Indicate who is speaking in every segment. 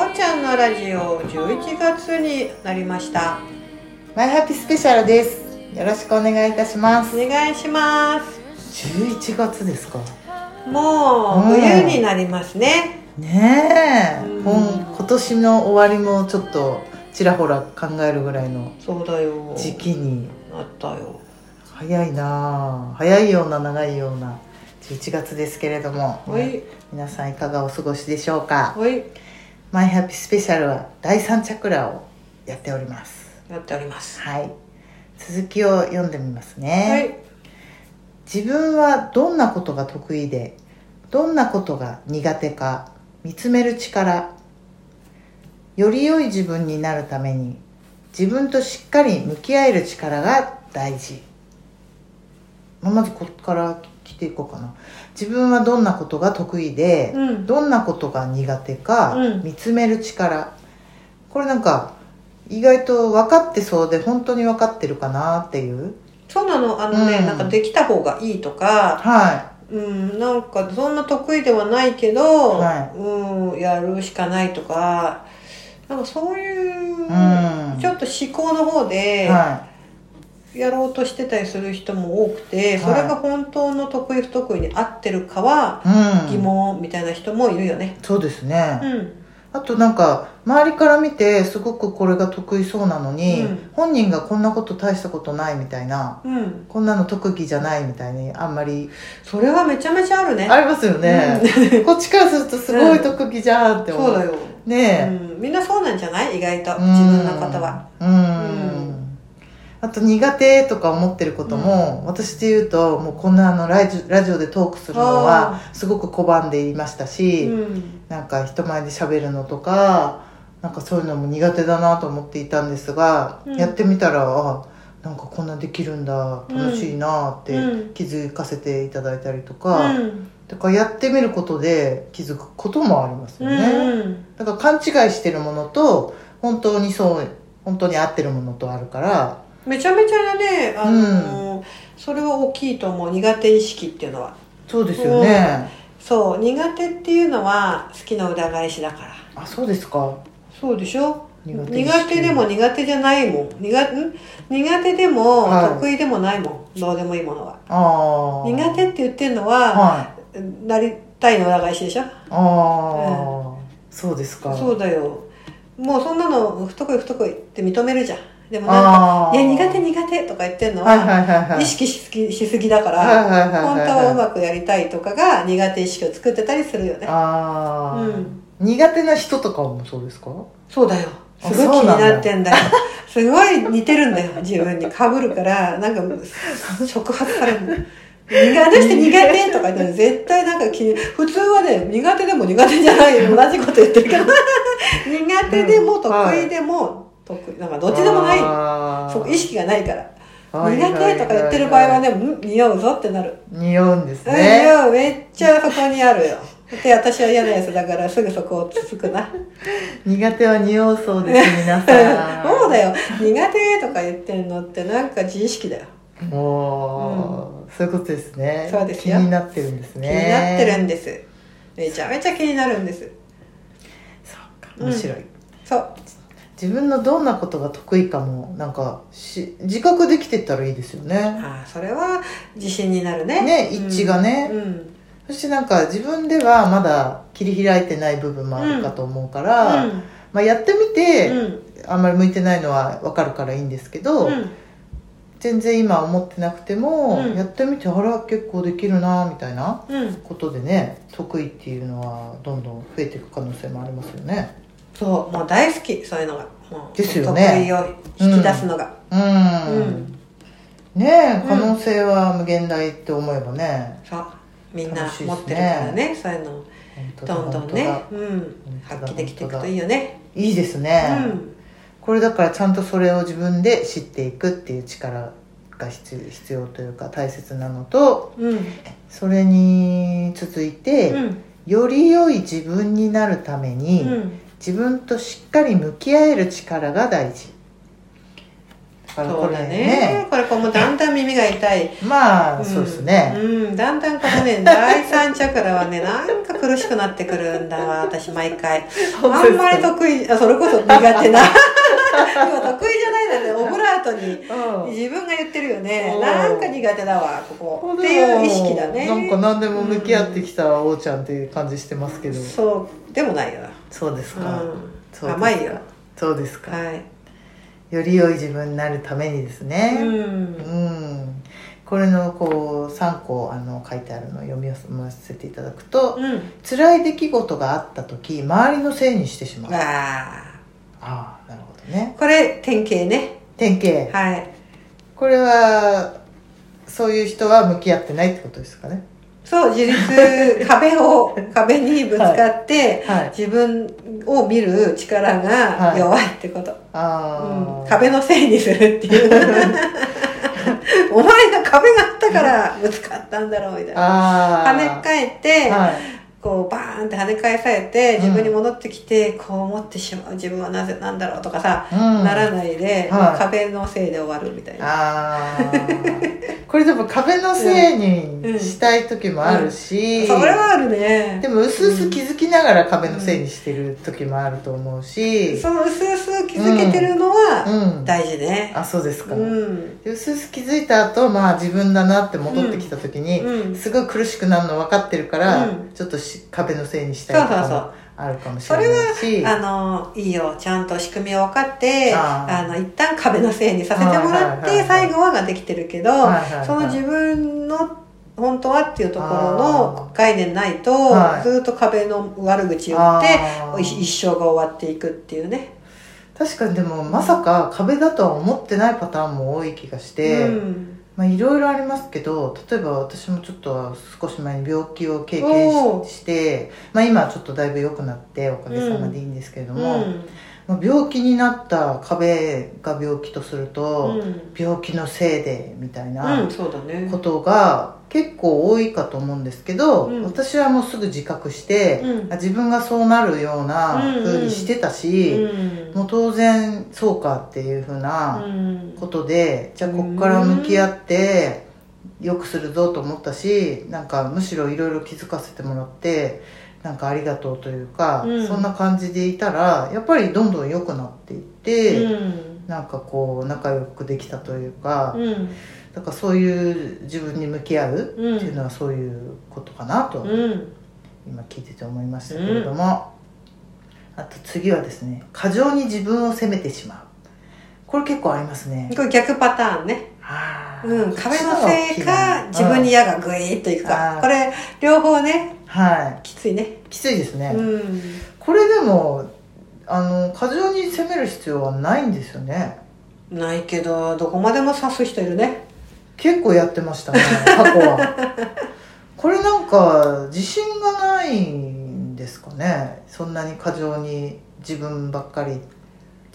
Speaker 1: ラジオ11月になりました
Speaker 2: マイハッピースペシャルです。よろしくお願いいたしま
Speaker 1: お
Speaker 2: す。
Speaker 1: 願いします
Speaker 2: 11月ですか。
Speaker 1: もう
Speaker 2: うん
Speaker 1: 冬になりますね
Speaker 2: ねえ、
Speaker 1: うん
Speaker 2: ほん今年の終わりもちょっとちらほら考えるぐらいの
Speaker 1: そうだよ
Speaker 2: 時期に
Speaker 1: なったよ
Speaker 2: 早いなあ早いような長いような11月ですけれども、
Speaker 1: ほい
Speaker 2: 皆さんいかがお過ごしでしょうか。
Speaker 1: ほい
Speaker 2: マイハッピースペシャルは第3チャクラをやっております。
Speaker 1: やっております
Speaker 2: はい。続きを読んでみますね。
Speaker 1: はい
Speaker 2: 自分はどんなことが得意でどんなことが苦手か見つめる力より良い自分になるために自分としっかり向き合える力が大事まあまずここから来ていこうかな自分はどんなことが得意で、
Speaker 1: うん
Speaker 2: どんなことが苦手か、
Speaker 1: うん
Speaker 2: 見つめる力これなんか意外と分かってそうで本当に分かってるかなっていう
Speaker 1: そうなのあのね、
Speaker 2: うん
Speaker 1: なんかできた方がいいとか
Speaker 2: はい
Speaker 1: うんなんかそんな得意ではないけど、
Speaker 2: は
Speaker 1: うんやるしかないとかなんかそういう、
Speaker 2: うん
Speaker 1: ちょっと思考の方で、
Speaker 2: は
Speaker 1: やろうとしてたりする人も多くて、
Speaker 2: い、
Speaker 1: それが本当の得意不得意に合ってるかはい
Speaker 2: うん、
Speaker 1: 疑問みたいな人もいるよね。
Speaker 2: そうですね、
Speaker 1: うん。
Speaker 2: あとなんか周りから見てすごくこれが得意そうなのに、
Speaker 1: うん
Speaker 2: 本人がこんなこと大したことないみたいな
Speaker 1: うん。
Speaker 2: こんなの特技じゃないみたいにあんまり
Speaker 1: それはめちゃめちゃあるね。
Speaker 2: ありますよ ね、こっちからするとすごい特技じゃんって思う、
Speaker 1: そうだよ、
Speaker 2: ね
Speaker 1: うん。みんなそうなんじゃない意外と
Speaker 2: え、。
Speaker 1: 自分の方は。
Speaker 2: うん、
Speaker 1: う
Speaker 2: あと苦手とか思ってることも、私で言うともうこんなあのラジオラジオでトークするのはすごく拒んでいましたし、
Speaker 1: うん。
Speaker 2: なんか人前で喋るのとかなんかそういうのも苦手だなと思っていたんですが、
Speaker 1: うん
Speaker 2: やってみたらあなんかこんなできるんだ
Speaker 1: うん
Speaker 2: 楽しいなって
Speaker 1: うん
Speaker 2: 気づかせていただいたりと
Speaker 1: う
Speaker 2: か、
Speaker 1: ん。
Speaker 2: だからやってみることで気づくこともありますよ
Speaker 1: う
Speaker 2: ね、
Speaker 1: ん。
Speaker 2: だから勘違いしてるものと本当にそう本当に合ってるものとあるから
Speaker 1: めちゃめちゃね、あの、それは大きいと思う。苦手意識っていうのは。
Speaker 2: そうですよね、
Speaker 1: そう。苦手っていうのは好きの裏返しだから。
Speaker 2: あそうですか
Speaker 1: そうでしょ
Speaker 2: 苦手意識
Speaker 1: 苦手でも苦手じゃないもん苦ん苦手でも
Speaker 2: はい
Speaker 1: 得意でもないもん、どうでもいいものは
Speaker 2: ああ
Speaker 1: 苦手って言ってるのは、
Speaker 2: はい
Speaker 1: なりたいの裏返しでしょ
Speaker 2: ああ、そうですか
Speaker 1: そうだよもうそんなの不得意不得意って認めるじゃんでもなんか
Speaker 2: あ
Speaker 1: 「い
Speaker 2: あ
Speaker 1: や苦手苦手」とか言ってるの
Speaker 2: はいはい
Speaker 1: は
Speaker 2: はいはい
Speaker 1: 意識しすぎしすぎだから、
Speaker 2: はいはいはいはい
Speaker 1: 本当はうまくやりたいとかが苦手意識を作ってたりするよね
Speaker 2: ああ、
Speaker 1: うん
Speaker 2: 苦手な人とかもそうですか
Speaker 1: そうだよ。す
Speaker 2: あ
Speaker 1: ごい気になってんだよ。 すごい似てるんだよ、自分に。被るから、なんか、触発される。苦手して苦手とか言って絶対なんか気に、普通はね、苦手でも苦手じゃないよ。同じこと言ってるけど。苦手でも
Speaker 2: うん
Speaker 1: 得意でも、得意、なんかどっちでもない。
Speaker 2: あー
Speaker 1: そう、意識がないから。
Speaker 2: はい
Speaker 1: 苦
Speaker 2: はいはい
Speaker 1: 手とか言ってる場合はね、うん似合うぞってなる。
Speaker 2: 匂うんです
Speaker 1: うん
Speaker 2: ね
Speaker 1: 匂う、めっちゃそこにあるよ。で、私は嫌なやつだから、すぐそこをつつくな。
Speaker 2: 苦手は匂うそう です皆さん
Speaker 1: そうだよ苦手とか言ってるのってなんか自意識だよ、
Speaker 2: もう、そういうことですね
Speaker 1: そうですよ
Speaker 2: 気になってるんですね
Speaker 1: 気になってるんですめちゃめちゃ気になるんです
Speaker 2: そうか面白い、
Speaker 1: そう
Speaker 2: 自分のどんなことが得意かもなんかし自覚できてったらいいですよね
Speaker 1: ああそれは自信になるね
Speaker 2: ね一致がね、
Speaker 1: うん
Speaker 2: そしてなんか自分ではまだ切り開いてない部分もあるかと思うから、
Speaker 1: うん
Speaker 2: まあ、やってみ
Speaker 1: う
Speaker 2: て、
Speaker 1: ん
Speaker 2: あんまり向いてないのは分かるからいいんですけど、
Speaker 1: うん
Speaker 2: 全然今思ってなくても、
Speaker 1: うん
Speaker 2: やってみてあら結構できるなみたいな
Speaker 1: うん
Speaker 2: ことでね得意っていうのはどんどん増えていく可能性もありますよね
Speaker 1: そうもう大好きそういうのがもう
Speaker 2: ですよね
Speaker 1: 得意を引き出すのが
Speaker 2: うん、ねえ可能性は無限大って思えばね、
Speaker 1: そうみんな
Speaker 2: 楽しいで
Speaker 1: 持っ
Speaker 2: すね
Speaker 1: てるからねそういうのを
Speaker 2: 本当だ
Speaker 1: どんどん
Speaker 2: 本当だ
Speaker 1: ね、うん
Speaker 2: 本、当だ
Speaker 1: 発揮できていくといいよね
Speaker 2: いいです
Speaker 1: う
Speaker 2: ね、
Speaker 1: ん
Speaker 2: これだからちゃんとそれを自分で知っていくっていう力が必要必要というか大切なのと
Speaker 1: うん
Speaker 2: それに続いて、
Speaker 1: うん
Speaker 2: より良い自分になるために、
Speaker 1: うん
Speaker 2: 自分としっかり向き合える力が大事から
Speaker 1: そ
Speaker 2: こ
Speaker 1: う
Speaker 2: れ
Speaker 1: だ
Speaker 2: ね
Speaker 1: ねこれこうもうだんだん耳が痛い
Speaker 2: まあ、
Speaker 1: ん
Speaker 2: そうですね、
Speaker 1: うんだんだんこのね第三チャクラはねなんか苦しくなってくるんだわ私毎回あ
Speaker 2: 本当です
Speaker 1: ん
Speaker 2: か
Speaker 1: まり得意あそれこそ苦手な今得意じゃないなんてオブラートに
Speaker 2: うん
Speaker 1: 自分が言ってるよね
Speaker 2: うん
Speaker 1: なんか苦手だわここっていう意識だね
Speaker 2: なんか何でも向き合ってきた王ちゃんっていう感じしてますけど、
Speaker 1: そうでもないよな
Speaker 2: そうですか、
Speaker 1: う
Speaker 2: そうです
Speaker 1: ん、
Speaker 2: か
Speaker 1: 甘いよ
Speaker 2: そうですか、
Speaker 1: はい、
Speaker 2: より良い自分になるためにですね
Speaker 1: うん
Speaker 2: うんこれのこう3個あの書いてあるのを読み読ませていただくと、
Speaker 1: うん
Speaker 2: 辛い出来事があった時周りのせいにしてしまう、あ
Speaker 1: あ
Speaker 2: あなるほどね
Speaker 1: ーこれ典型ね
Speaker 2: 典型
Speaker 1: はい
Speaker 2: これはそういう人は向き合ってないってことですかね
Speaker 1: そう自立壁を壁にぶつかって、
Speaker 2: はい
Speaker 1: 自分を見る力が弱いってこと、
Speaker 2: ああ、
Speaker 1: うん、壁のせいにするって いうお前が壁があったからぶつかったんだろうみたいな
Speaker 2: ああ
Speaker 1: 跳ね返って、
Speaker 2: はい
Speaker 1: こうバーンって跳ね返されて自分に戻ってきて、こう思ってしまう自分はなぜなんだろうとかさ、
Speaker 2: うん
Speaker 1: ならないで、
Speaker 2: はい
Speaker 1: 壁のせいで終わるみたいな
Speaker 2: ああこれでも壁のせいにしたい時もあるし、
Speaker 1: それはあるね
Speaker 2: でも薄々気づきながら壁のせいにしてる時もあると思うし
Speaker 1: その薄々気づけてるのは
Speaker 2: うん
Speaker 1: 大事ね。
Speaker 2: あそうです
Speaker 1: う
Speaker 2: か、
Speaker 1: ん。
Speaker 2: で薄々気づいた後まあ自分だなって戻ってきた時に、
Speaker 1: うん
Speaker 2: すごい苦しくなるの分かってるから、
Speaker 1: うん
Speaker 2: ちょっとし壁のせいにしたいと
Speaker 1: そうそうそ
Speaker 2: かもあるかもしれないし
Speaker 1: あの、いいよ、ちゃんと仕組みを分かって、
Speaker 2: あー
Speaker 1: あの、一旦壁のせいにさせてもらっ
Speaker 2: はいはいはいは
Speaker 1: て、
Speaker 2: い
Speaker 1: 最後はができてるけど
Speaker 2: はいはいは、い
Speaker 1: その自分の本当はっていうところの
Speaker 2: あー
Speaker 1: 概念ないと
Speaker 2: は、い
Speaker 1: ずっと壁の悪口言っ
Speaker 2: あー
Speaker 1: て、い一生が終わっていくっていうね。
Speaker 2: 確かにでもまさか壁だとは思ってないパターンも多い気がして、
Speaker 1: うん
Speaker 2: まあいろいろありますけど例えば私もちょっと少し前に病気を経験
Speaker 1: おー
Speaker 2: しして、まあ、今はちょっとだいぶ良くなっておかげさまでいいんですけれど
Speaker 1: う
Speaker 2: も、
Speaker 1: ん。
Speaker 2: まあ病気になった壁が病気とする
Speaker 1: う
Speaker 2: と、
Speaker 1: ん
Speaker 2: 病気のせいでみたい
Speaker 1: うん、
Speaker 2: な
Speaker 1: そうだね
Speaker 2: こ。とが結構多いかと思うんですけど、
Speaker 1: うん
Speaker 2: 私はもうすぐ自覚して、
Speaker 1: うん
Speaker 2: あ自分がそうなるような風にしてたし、
Speaker 1: うん
Speaker 2: もう当然そうかっていう風な。
Speaker 1: うん
Speaker 2: ことでじゃあこっから向き合ってよくするぞと思ったしなんかむしろいろいろ気づかせてもらってなんかありがとうというか、
Speaker 1: うん
Speaker 2: そんな感じでいたらやっぱりどんどん良くなっていって、
Speaker 1: うん
Speaker 2: なんかこう仲良くできたというか、
Speaker 1: うん
Speaker 2: だからそういう自分に向き合う
Speaker 1: うん
Speaker 2: っていうのはそういうことかなと
Speaker 1: うん
Speaker 2: 今聞いてて思いましたけれども、あと次はですね過剰に自分を責めてしまうこれ結構ありますね
Speaker 1: これ逆パターンね、
Speaker 2: あー
Speaker 1: うん、壁のせいか自分に、矢がグイーッといくか
Speaker 2: あー
Speaker 1: これ両方ね
Speaker 2: こっちのうんは
Speaker 1: きついね
Speaker 2: いきついですね、
Speaker 1: うん
Speaker 2: これでもあの過剰に責める必要はないんですよね
Speaker 1: ないけどどこまでも刺す人いるね
Speaker 2: 結構やってましたね過 去はこれなんか自信がないんですかねそんなに過剰に自分ばっかり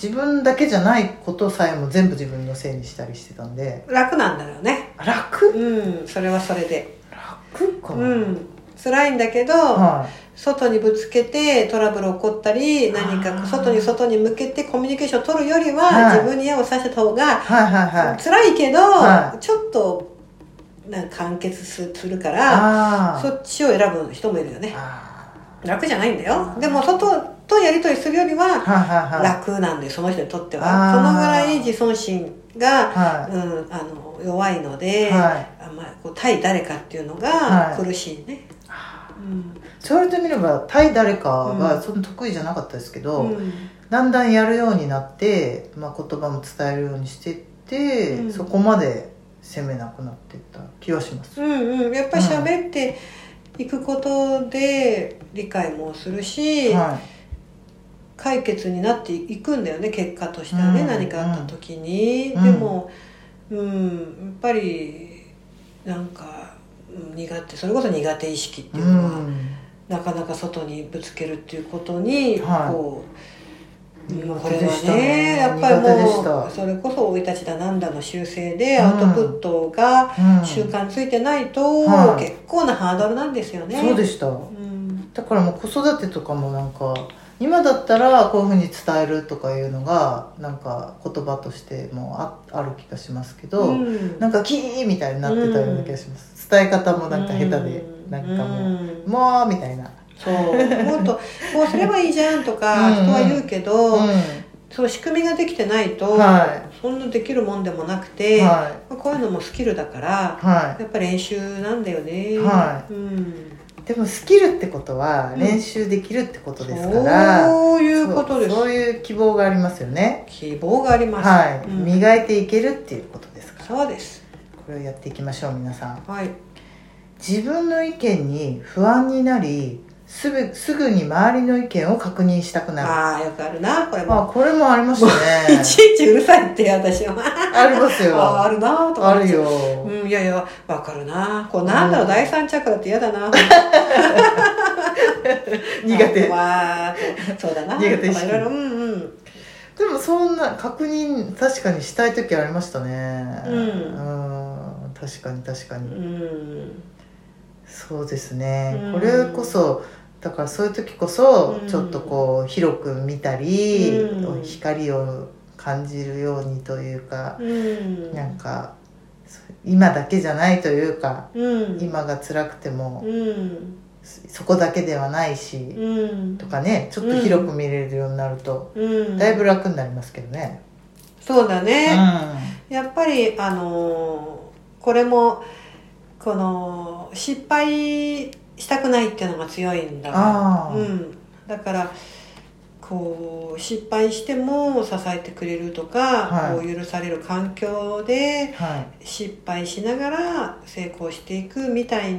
Speaker 2: 自分だけじゃないことさえも全部自分のせいにしたりしてたんで
Speaker 1: 楽なんだろうね
Speaker 2: 楽
Speaker 1: うんそれはそれで
Speaker 2: 楽か、
Speaker 1: うん辛いんだけど、
Speaker 2: は
Speaker 1: 外にぶつけてトラブル起こったり
Speaker 2: あ
Speaker 1: 何
Speaker 2: ー
Speaker 1: か外に外に向けてコミュニケーション取るよりは、
Speaker 2: はい
Speaker 1: 自分に矢を刺した方が
Speaker 2: い、はいはいはい
Speaker 1: 辛いけど、
Speaker 2: は
Speaker 1: ちょっとなんか完結すするから
Speaker 2: あ
Speaker 1: そっちを選ぶ人もいるよね
Speaker 2: あ
Speaker 1: 楽じゃないんだよでも外とやり取りするよりは
Speaker 2: はいはいはい
Speaker 1: 楽なんでその人にとって
Speaker 2: あ
Speaker 1: は
Speaker 2: ー
Speaker 1: そのぐらい自尊心が、
Speaker 2: は
Speaker 1: うん、あの弱いの
Speaker 2: い、
Speaker 1: で、
Speaker 2: はい、
Speaker 1: あんまりこう対誰かっていうの
Speaker 2: は
Speaker 1: が
Speaker 2: い
Speaker 1: 苦しいね、うん
Speaker 2: そう言われてみれば対誰か
Speaker 1: う
Speaker 2: が
Speaker 1: ん
Speaker 2: その得意じゃなかったですけど、
Speaker 1: うん
Speaker 2: だんだんやるようになって、まあ、言葉も伝えるようにしてって、
Speaker 1: うん
Speaker 2: そこまで責めなくなってった気はします、
Speaker 1: うんうん、やっぱり喋っていくことで理解もするし、
Speaker 2: は
Speaker 1: 解決になっていくんだよね結果としてはね、
Speaker 2: うん
Speaker 1: 何かあった時に、
Speaker 2: うん
Speaker 1: でもうんやっぱりなんかうん苦手それこそ苦手意識っ
Speaker 2: い、
Speaker 1: て
Speaker 2: う
Speaker 1: いうのは、
Speaker 2: ん
Speaker 1: なかなか外にぶつけるっていうことに、
Speaker 2: はい
Speaker 1: こううん
Speaker 2: 苦
Speaker 1: こ
Speaker 2: 手
Speaker 1: れ
Speaker 2: で
Speaker 1: は
Speaker 2: したね
Speaker 1: ねやっぱり
Speaker 2: 苦手でし
Speaker 1: も
Speaker 2: た
Speaker 1: うそれこそ生い立ちだなんだの修正で
Speaker 2: うん
Speaker 1: アウトプットが
Speaker 2: うん
Speaker 1: 習慣ついてないと、
Speaker 2: はい
Speaker 1: 結構なハードルなんですよね。
Speaker 2: そうでした
Speaker 1: うん
Speaker 2: だからもう子育てとかもなんか今だったらこういうふうに伝えるとかいうのがなんか言葉としてもあある気がしますけど、
Speaker 1: ん
Speaker 2: なんかキーみたいになってたような気がします、伝え方もなんか下手で、なんかもう、
Speaker 1: ん
Speaker 2: もうみたいな、
Speaker 1: そうもっとこうすればいいじゃんとか
Speaker 2: うんうん
Speaker 1: 人は言うけど、
Speaker 2: う
Speaker 1: そう仕組みができてないと、
Speaker 2: ん、は
Speaker 1: そんなできるもんでもなく
Speaker 2: い
Speaker 1: て、
Speaker 2: は
Speaker 1: まあこういうのもスキルだから
Speaker 2: いはい
Speaker 1: やっぱ練習なんだよね
Speaker 2: は
Speaker 1: うん、
Speaker 2: でもスキルってことは
Speaker 1: うん
Speaker 2: 練習できるってことですから、
Speaker 1: そうい
Speaker 2: そう
Speaker 1: うことです
Speaker 2: そういう希望がありますよね
Speaker 1: 希望があります、
Speaker 2: はい、
Speaker 1: うん
Speaker 2: 磨いていけるっていうことですから
Speaker 1: そうです
Speaker 2: これをやっていきましょう皆さん
Speaker 1: はい
Speaker 2: 自分の意見に不安になりすぐすぐに周りの意見を確認したくなる
Speaker 1: ああよくあるなこれも
Speaker 2: まあこれもあり ましたね
Speaker 1: いちいちうるさいって私は
Speaker 2: ありますよ
Speaker 1: あーあ
Speaker 2: あ
Speaker 1: るなーとか
Speaker 2: るよ、
Speaker 1: うんいやいやわかるなこうなんだろう、
Speaker 2: うん
Speaker 1: 第三チャクラって嫌だ な
Speaker 2: 苦手
Speaker 1: わあーそうだな
Speaker 2: 苦手意識
Speaker 1: とかいろいろうんうん
Speaker 2: でもそんな確認確かにしたい時ありましたね
Speaker 1: うん
Speaker 2: うん確かに確か
Speaker 1: う
Speaker 2: に、
Speaker 1: ん
Speaker 2: そうですね、
Speaker 1: うん
Speaker 2: これこそだからそういう時こそ、
Speaker 1: うん
Speaker 2: ちょっとこう広く見たり、
Speaker 1: うん
Speaker 2: 光を感じるようにというか、
Speaker 1: うん
Speaker 2: なんかそう今だけじゃないというか
Speaker 1: うん
Speaker 2: 今が辛くても、
Speaker 1: うん
Speaker 2: そこだけではないし、
Speaker 1: うん
Speaker 2: とかねちょっと広く見れるようになると、
Speaker 1: うん
Speaker 2: だいぶ楽になりますけどね。
Speaker 1: そうだ
Speaker 2: うん
Speaker 1: ね、やっぱりあのーこれもこの失敗したくないっていうのが強いんだ
Speaker 2: ああ、
Speaker 1: うん、だからこう失敗しても支えてくれるとか、
Speaker 2: はい
Speaker 1: こう許される環境で
Speaker 2: はい
Speaker 1: 失敗しながら成功していくみたい
Speaker 2: は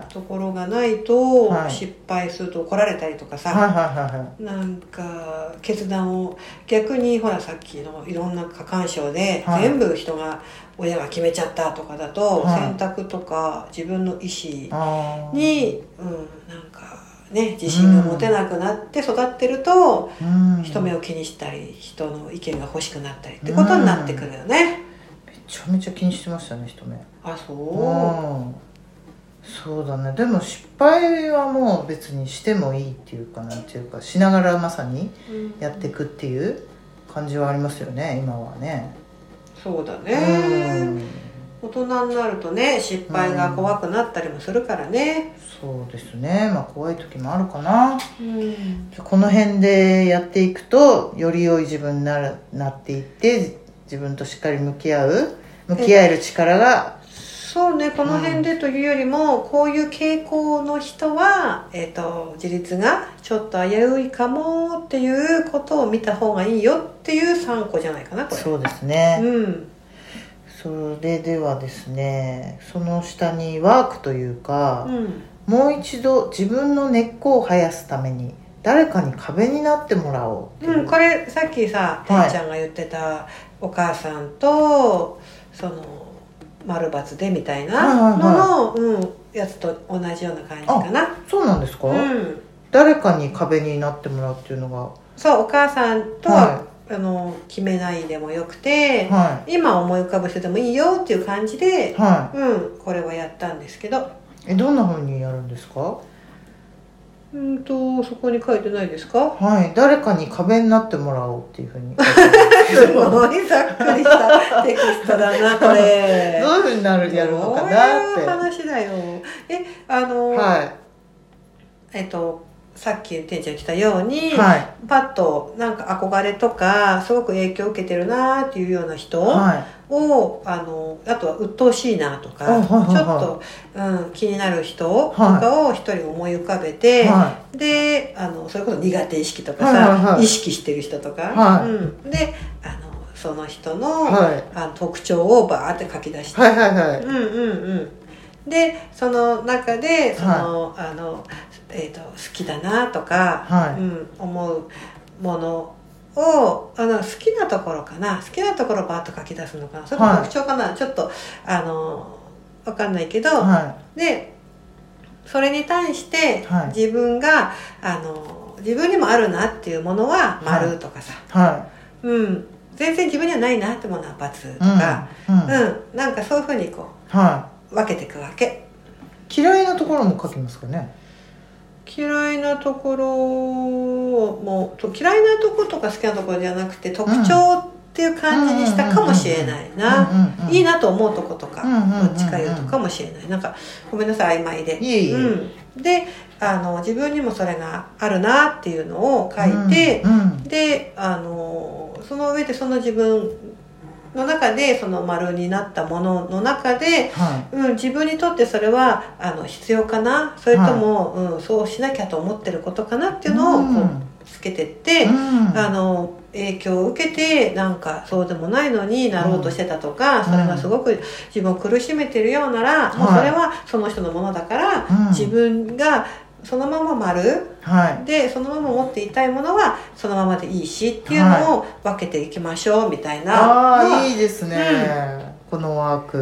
Speaker 1: なところがないと、
Speaker 2: はい
Speaker 1: 失敗すると怒られたりとかさ、
Speaker 2: はいはいはいはい
Speaker 1: なんか決断を逆にほらさっきのいろんな過干渉で、
Speaker 2: はい
Speaker 1: 全部人が親が決めちゃったとかだと、
Speaker 2: はい
Speaker 1: 選択とか自分の意思
Speaker 2: あー
Speaker 1: に、うん、なんかね自信が持てなくなって育ってると、
Speaker 2: うん
Speaker 1: 人目を気にしたり人の意見が欲しくなったりってことになってくるよね。
Speaker 2: めちゃめちゃ気にしてましたね人目。
Speaker 1: あそう
Speaker 2: うんそうだねでも失敗はもう別にしてもいいっていうかなんていうかしながらまさに
Speaker 1: うん
Speaker 2: やっていくっていう感じはありますよね今はね、
Speaker 1: そうだ
Speaker 2: う
Speaker 1: ね、
Speaker 2: ん
Speaker 1: 大人になるとね失敗が怖くなったりもするからね。
Speaker 2: そうですねまあ怖い時もあるかな
Speaker 1: うん
Speaker 2: じゃあこの辺でやっていくとより良い自分になるなっていって自分としっかり向き合う向き合える力が
Speaker 1: そうねこの辺でというよりも、こういう傾向の人は、えー、と自立がちょっと危ういかもっていうことを見た方がいいよっていう参考じゃないかなこれ
Speaker 2: そうですね、
Speaker 1: うん
Speaker 2: それではですねその下にワークというか、
Speaker 1: うん
Speaker 2: もう一度自分の根っこを生やすために誰かに壁になってもらおうっていう
Speaker 1: うん、これさっきさて
Speaker 2: はい
Speaker 1: んちゃんが言ってたお母さんとその丸×でみたいなのの、うん、やつと同じような感じかな
Speaker 2: そうなんですか、
Speaker 1: うん
Speaker 2: 誰かに壁になってもらうっていうの
Speaker 1: そうお母さんと
Speaker 2: が
Speaker 1: は、
Speaker 2: は
Speaker 1: あの決めないでもよくて
Speaker 2: い、は
Speaker 1: 今思い浮かぶ人でもいいよっていう感じ
Speaker 2: い
Speaker 1: で、
Speaker 2: は
Speaker 1: うん、これはやったんですけど、
Speaker 2: いえどんな風にやるんですか
Speaker 1: うんと、そこに書いてないです か
Speaker 2: はい誰かに壁になってもらおうっていう風にどう
Speaker 1: すごいざっくりしたテキストだな、こ れ。
Speaker 2: いう風になるやるのか
Speaker 1: ど
Speaker 2: なっ
Speaker 1: ういう
Speaker 2: て
Speaker 1: 話だよ。え、あの、
Speaker 2: は
Speaker 1: えっと、さっきてんちゃん言ってたように、
Speaker 2: いはい
Speaker 1: パッとなんか憧れとか、すごく影響を受けてるなっていうような人、
Speaker 2: はい
Speaker 1: をあのあとは鬱陶しいなとか、
Speaker 2: あはいはいは
Speaker 1: ちょっと、うん、気になる人とかを一人思い浮かべて、
Speaker 2: は
Speaker 1: であのそれこそ苦手意識とか
Speaker 2: はい
Speaker 1: さ、
Speaker 2: はいはい
Speaker 1: 意識してる人とか、
Speaker 2: はい
Speaker 1: うん、であのその人の,、
Speaker 2: いはい
Speaker 1: あの特徴をバーって書き出して、
Speaker 2: はいはいはい
Speaker 1: うんうんうんでその中でその、あのえー、と好きだなとか、
Speaker 2: は
Speaker 1: う
Speaker 2: い
Speaker 1: ん、思うものをあの好きなところかな好きなところをバーッと書き出すのかなそれとも
Speaker 2: はい
Speaker 1: 特徴かな、ちょっとあのわかんないけど、
Speaker 2: は
Speaker 1: でそれに対して
Speaker 2: はい
Speaker 1: 自分が、あの自分にもあるなっていうものは「
Speaker 2: はい
Speaker 1: 丸とかさ、
Speaker 2: いは
Speaker 1: うん、全然自分にはないなってものは「×」と
Speaker 2: いうん
Speaker 1: か、
Speaker 2: うん
Speaker 1: うんなんかそういうふうにこ
Speaker 2: は
Speaker 1: う分けていくわけ。
Speaker 2: い嫌いなところも書きますかね
Speaker 1: 嫌いなところもと嫌いなとことか好きなところじゃなくて特徴っていう感じにしたかもしれないな、
Speaker 2: うんうん
Speaker 1: いいなと思うとことか、
Speaker 2: うんうんうんうん
Speaker 1: どっちか言うとかもしれないなんかごめんなさい曖昧で
Speaker 2: いえいえ
Speaker 1: うん、であの自分にもそれがあるなっていうのを書いて、
Speaker 2: うん
Speaker 1: であのその上でその自分の中でその丸になったものの中で、
Speaker 2: は
Speaker 1: うん、自分にとってそれはあの必要かなそれとも、うん、そうしなきゃと思ってることかなっ
Speaker 2: い
Speaker 1: ていうのをこ
Speaker 2: ん
Speaker 1: うつけてって、
Speaker 2: うん
Speaker 1: あの影響を受けてなんかそうでもないのになろうとしてたとか、
Speaker 2: ん
Speaker 1: それがすごく自分を苦しめてるようなら、もうそれはその人のものだから、
Speaker 2: うん
Speaker 1: 自分がそのまま丸
Speaker 2: はい
Speaker 1: でそのまま持っていたいものはそのままでいいしっていうのを分けていきましょうみたいな、
Speaker 2: ああ
Speaker 1: い
Speaker 2: いいですね、このワーク、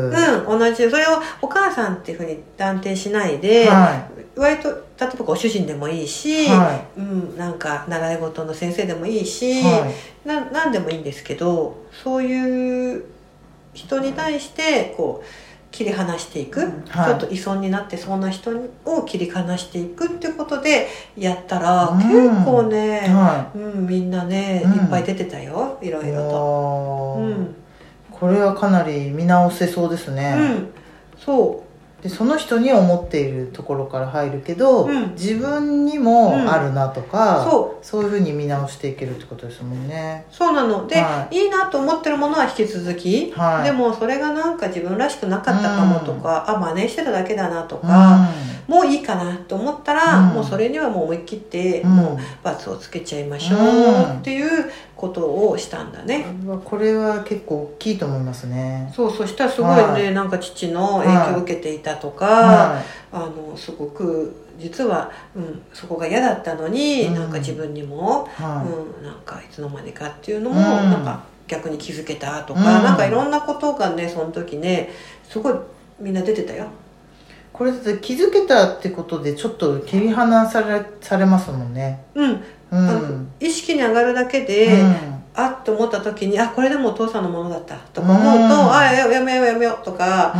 Speaker 1: うん、同じそれをお母さんっていうふうに断定しないで、
Speaker 2: は
Speaker 1: 割と例えばご主人でもいい
Speaker 2: い
Speaker 1: し、
Speaker 2: は
Speaker 1: うん、なんか習い事の先生でもいい
Speaker 2: い
Speaker 1: し、
Speaker 2: はい
Speaker 1: な何でもいいんですけどそういう人に対してこう切り離していく、
Speaker 2: はい
Speaker 1: ちょっと依存になってそうな人を切り離していくっていうことでやったら、
Speaker 2: うん
Speaker 1: 結構ね、
Speaker 2: は
Speaker 1: うん、みんなね、
Speaker 2: うん
Speaker 1: いっぱい出てたよいろい
Speaker 2: い
Speaker 1: ろと。う
Speaker 2: お
Speaker 1: ん、う
Speaker 2: ー
Speaker 1: ん
Speaker 2: これはかなり見直せそうですね、
Speaker 1: そ
Speaker 2: でその人に思っているところから入るけど、
Speaker 1: うん
Speaker 2: 自分にもあるなと
Speaker 1: う
Speaker 2: か、
Speaker 1: そう
Speaker 2: そういうふうに見直していけるってことですもんね
Speaker 1: そうなので、、
Speaker 2: はい
Speaker 1: いなと思ってるものは引き続き、
Speaker 2: はい
Speaker 1: でもそれがなんか自分らしくなかったかもとか、あ真似してただけだなと
Speaker 2: うん
Speaker 1: か、もういいかなと思ったら、
Speaker 2: うん
Speaker 1: もうそれにはもう思い切って、
Speaker 2: うん
Speaker 1: もう罰をつけちゃいましょうっていうことをしたんだね。
Speaker 2: うわこれは結構大きいと思いますね
Speaker 1: そうそしたらすごいね、
Speaker 2: はい
Speaker 1: なんか父の影響を受けていたとか、
Speaker 2: は
Speaker 1: あのすごく実は、うん、そこが嫌だったのに、
Speaker 2: うん
Speaker 1: なんか自分にも
Speaker 2: い、、
Speaker 1: うん、なんかいつの間にかっていうのも、
Speaker 2: うん
Speaker 1: なんか逆に気づけたとか、
Speaker 2: うん
Speaker 1: なんかいろんなことがねその時ねすごいみんな出てたよ。
Speaker 2: これだって気づけたってことでちょっと切り離されされますもんね
Speaker 1: うん、
Speaker 2: う
Speaker 1: あの
Speaker 2: ん
Speaker 1: 意識に上がるだけで、
Speaker 2: うん
Speaker 1: あっと思った時にあこれでもお父さんのものだったとか思うと、
Speaker 2: うん
Speaker 1: あややめようやめようとか、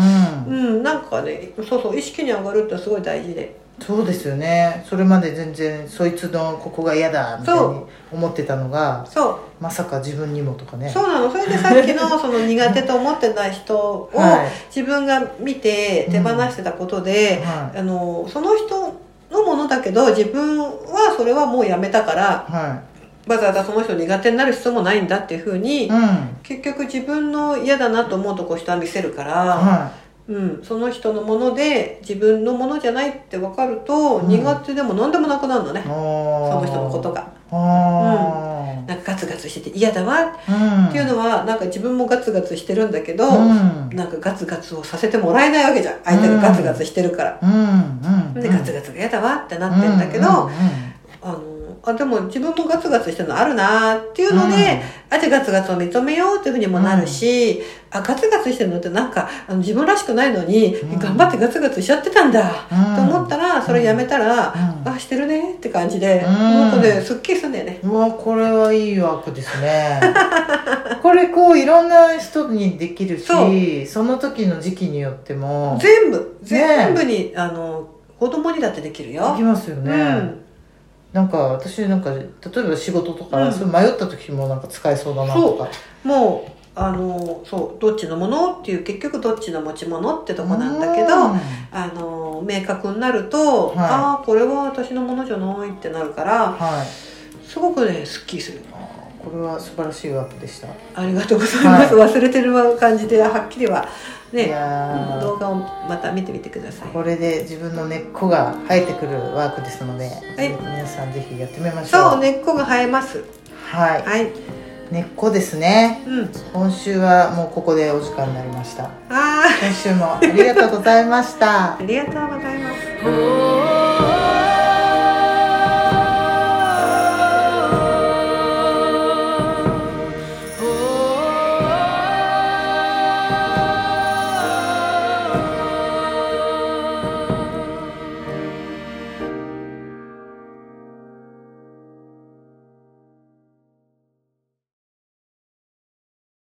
Speaker 2: うん
Speaker 1: うん、なんかねそうそう意識に上がるってすごい大事で。
Speaker 2: そうですよねそれまで全然そいつのここが嫌だみたいに思ってたのが
Speaker 1: そう
Speaker 2: まさか自分にもとかね
Speaker 1: そうなのそれでさっき のその苦手と思ってた人を
Speaker 2: はい
Speaker 1: 自分が見て手放してたことで、
Speaker 2: は
Speaker 1: あのその人のものだけど自分はそれはもうやめたから
Speaker 2: いは
Speaker 1: わざわざその人苦手になる必要もないんだっていうふう
Speaker 2: い
Speaker 1: に、
Speaker 2: うんは
Speaker 1: 結局自分の嫌だなと思うとこ人は見せるから、うん、その人のもので自分のものじゃないって分かると、
Speaker 2: うん
Speaker 1: 苦手でも何でもなくなるのね
Speaker 2: いそ
Speaker 1: そ
Speaker 2: の
Speaker 1: の人のことが。
Speaker 2: あ
Speaker 1: なんかガツガツしてて嫌だわ
Speaker 2: あ、うん、
Speaker 1: っていうのはなんか自分もガツガツしてるんだけど、
Speaker 2: うん
Speaker 1: なんかガツガツをさせてもらえないわけじゃん相手がガツガツしてるから、
Speaker 2: うんうん
Speaker 1: でガツガツが嫌だわってなってんだけど、
Speaker 2: うんうん
Speaker 1: あのあでも自分もガツガツしてるのあるなっていうので、あじゃあガツガツを認めようっていうふうにもなるし、あガツガツしてるのってなんかあの自分らしくないのに、
Speaker 2: うん
Speaker 1: 頑張ってガツガツしちゃってたんだ、
Speaker 2: うん
Speaker 1: と思ったらそれやめたら、
Speaker 2: うん
Speaker 1: あしてるねって感じで、
Speaker 2: うん
Speaker 1: なんかねすっきりすんだよね。
Speaker 2: うわこれはいいワークですね これこういろんな人にできるし
Speaker 1: そ
Speaker 2: その時の時期によってもで
Speaker 1: 全部全部に、あの子供にだってできるよ。
Speaker 2: きますよね、
Speaker 1: うん
Speaker 2: なんか私なんか例えば仕事と
Speaker 1: う
Speaker 2: か
Speaker 1: ん
Speaker 2: それ迷った時もなんか使えそうだなとか、
Speaker 1: もうあのそうどっちのものっていう結局どっちの持ち物ってとこなんだけ
Speaker 2: う
Speaker 1: ど
Speaker 2: ん
Speaker 1: あの明確になると、
Speaker 2: はい
Speaker 1: ああこれは私のものじゃないってなるから
Speaker 2: はい
Speaker 1: すごくねすっきりする
Speaker 2: これは素晴らしいワークでした、
Speaker 1: ありがとうございます、忘れてる感じではっきりはいね
Speaker 2: やー
Speaker 1: 動画をまた見てみてください
Speaker 2: これで自分の根っこが生えてくるワークですので、
Speaker 1: い
Speaker 2: 皆さんぜひやってみましょう
Speaker 1: そう根っこが生えます
Speaker 2: はい
Speaker 1: はい
Speaker 2: 根っこですね
Speaker 1: うん
Speaker 2: 今週はもうここでお時間になりました
Speaker 1: あ
Speaker 2: 今週もありがとうございました
Speaker 1: あありがとうございます
Speaker 2: 「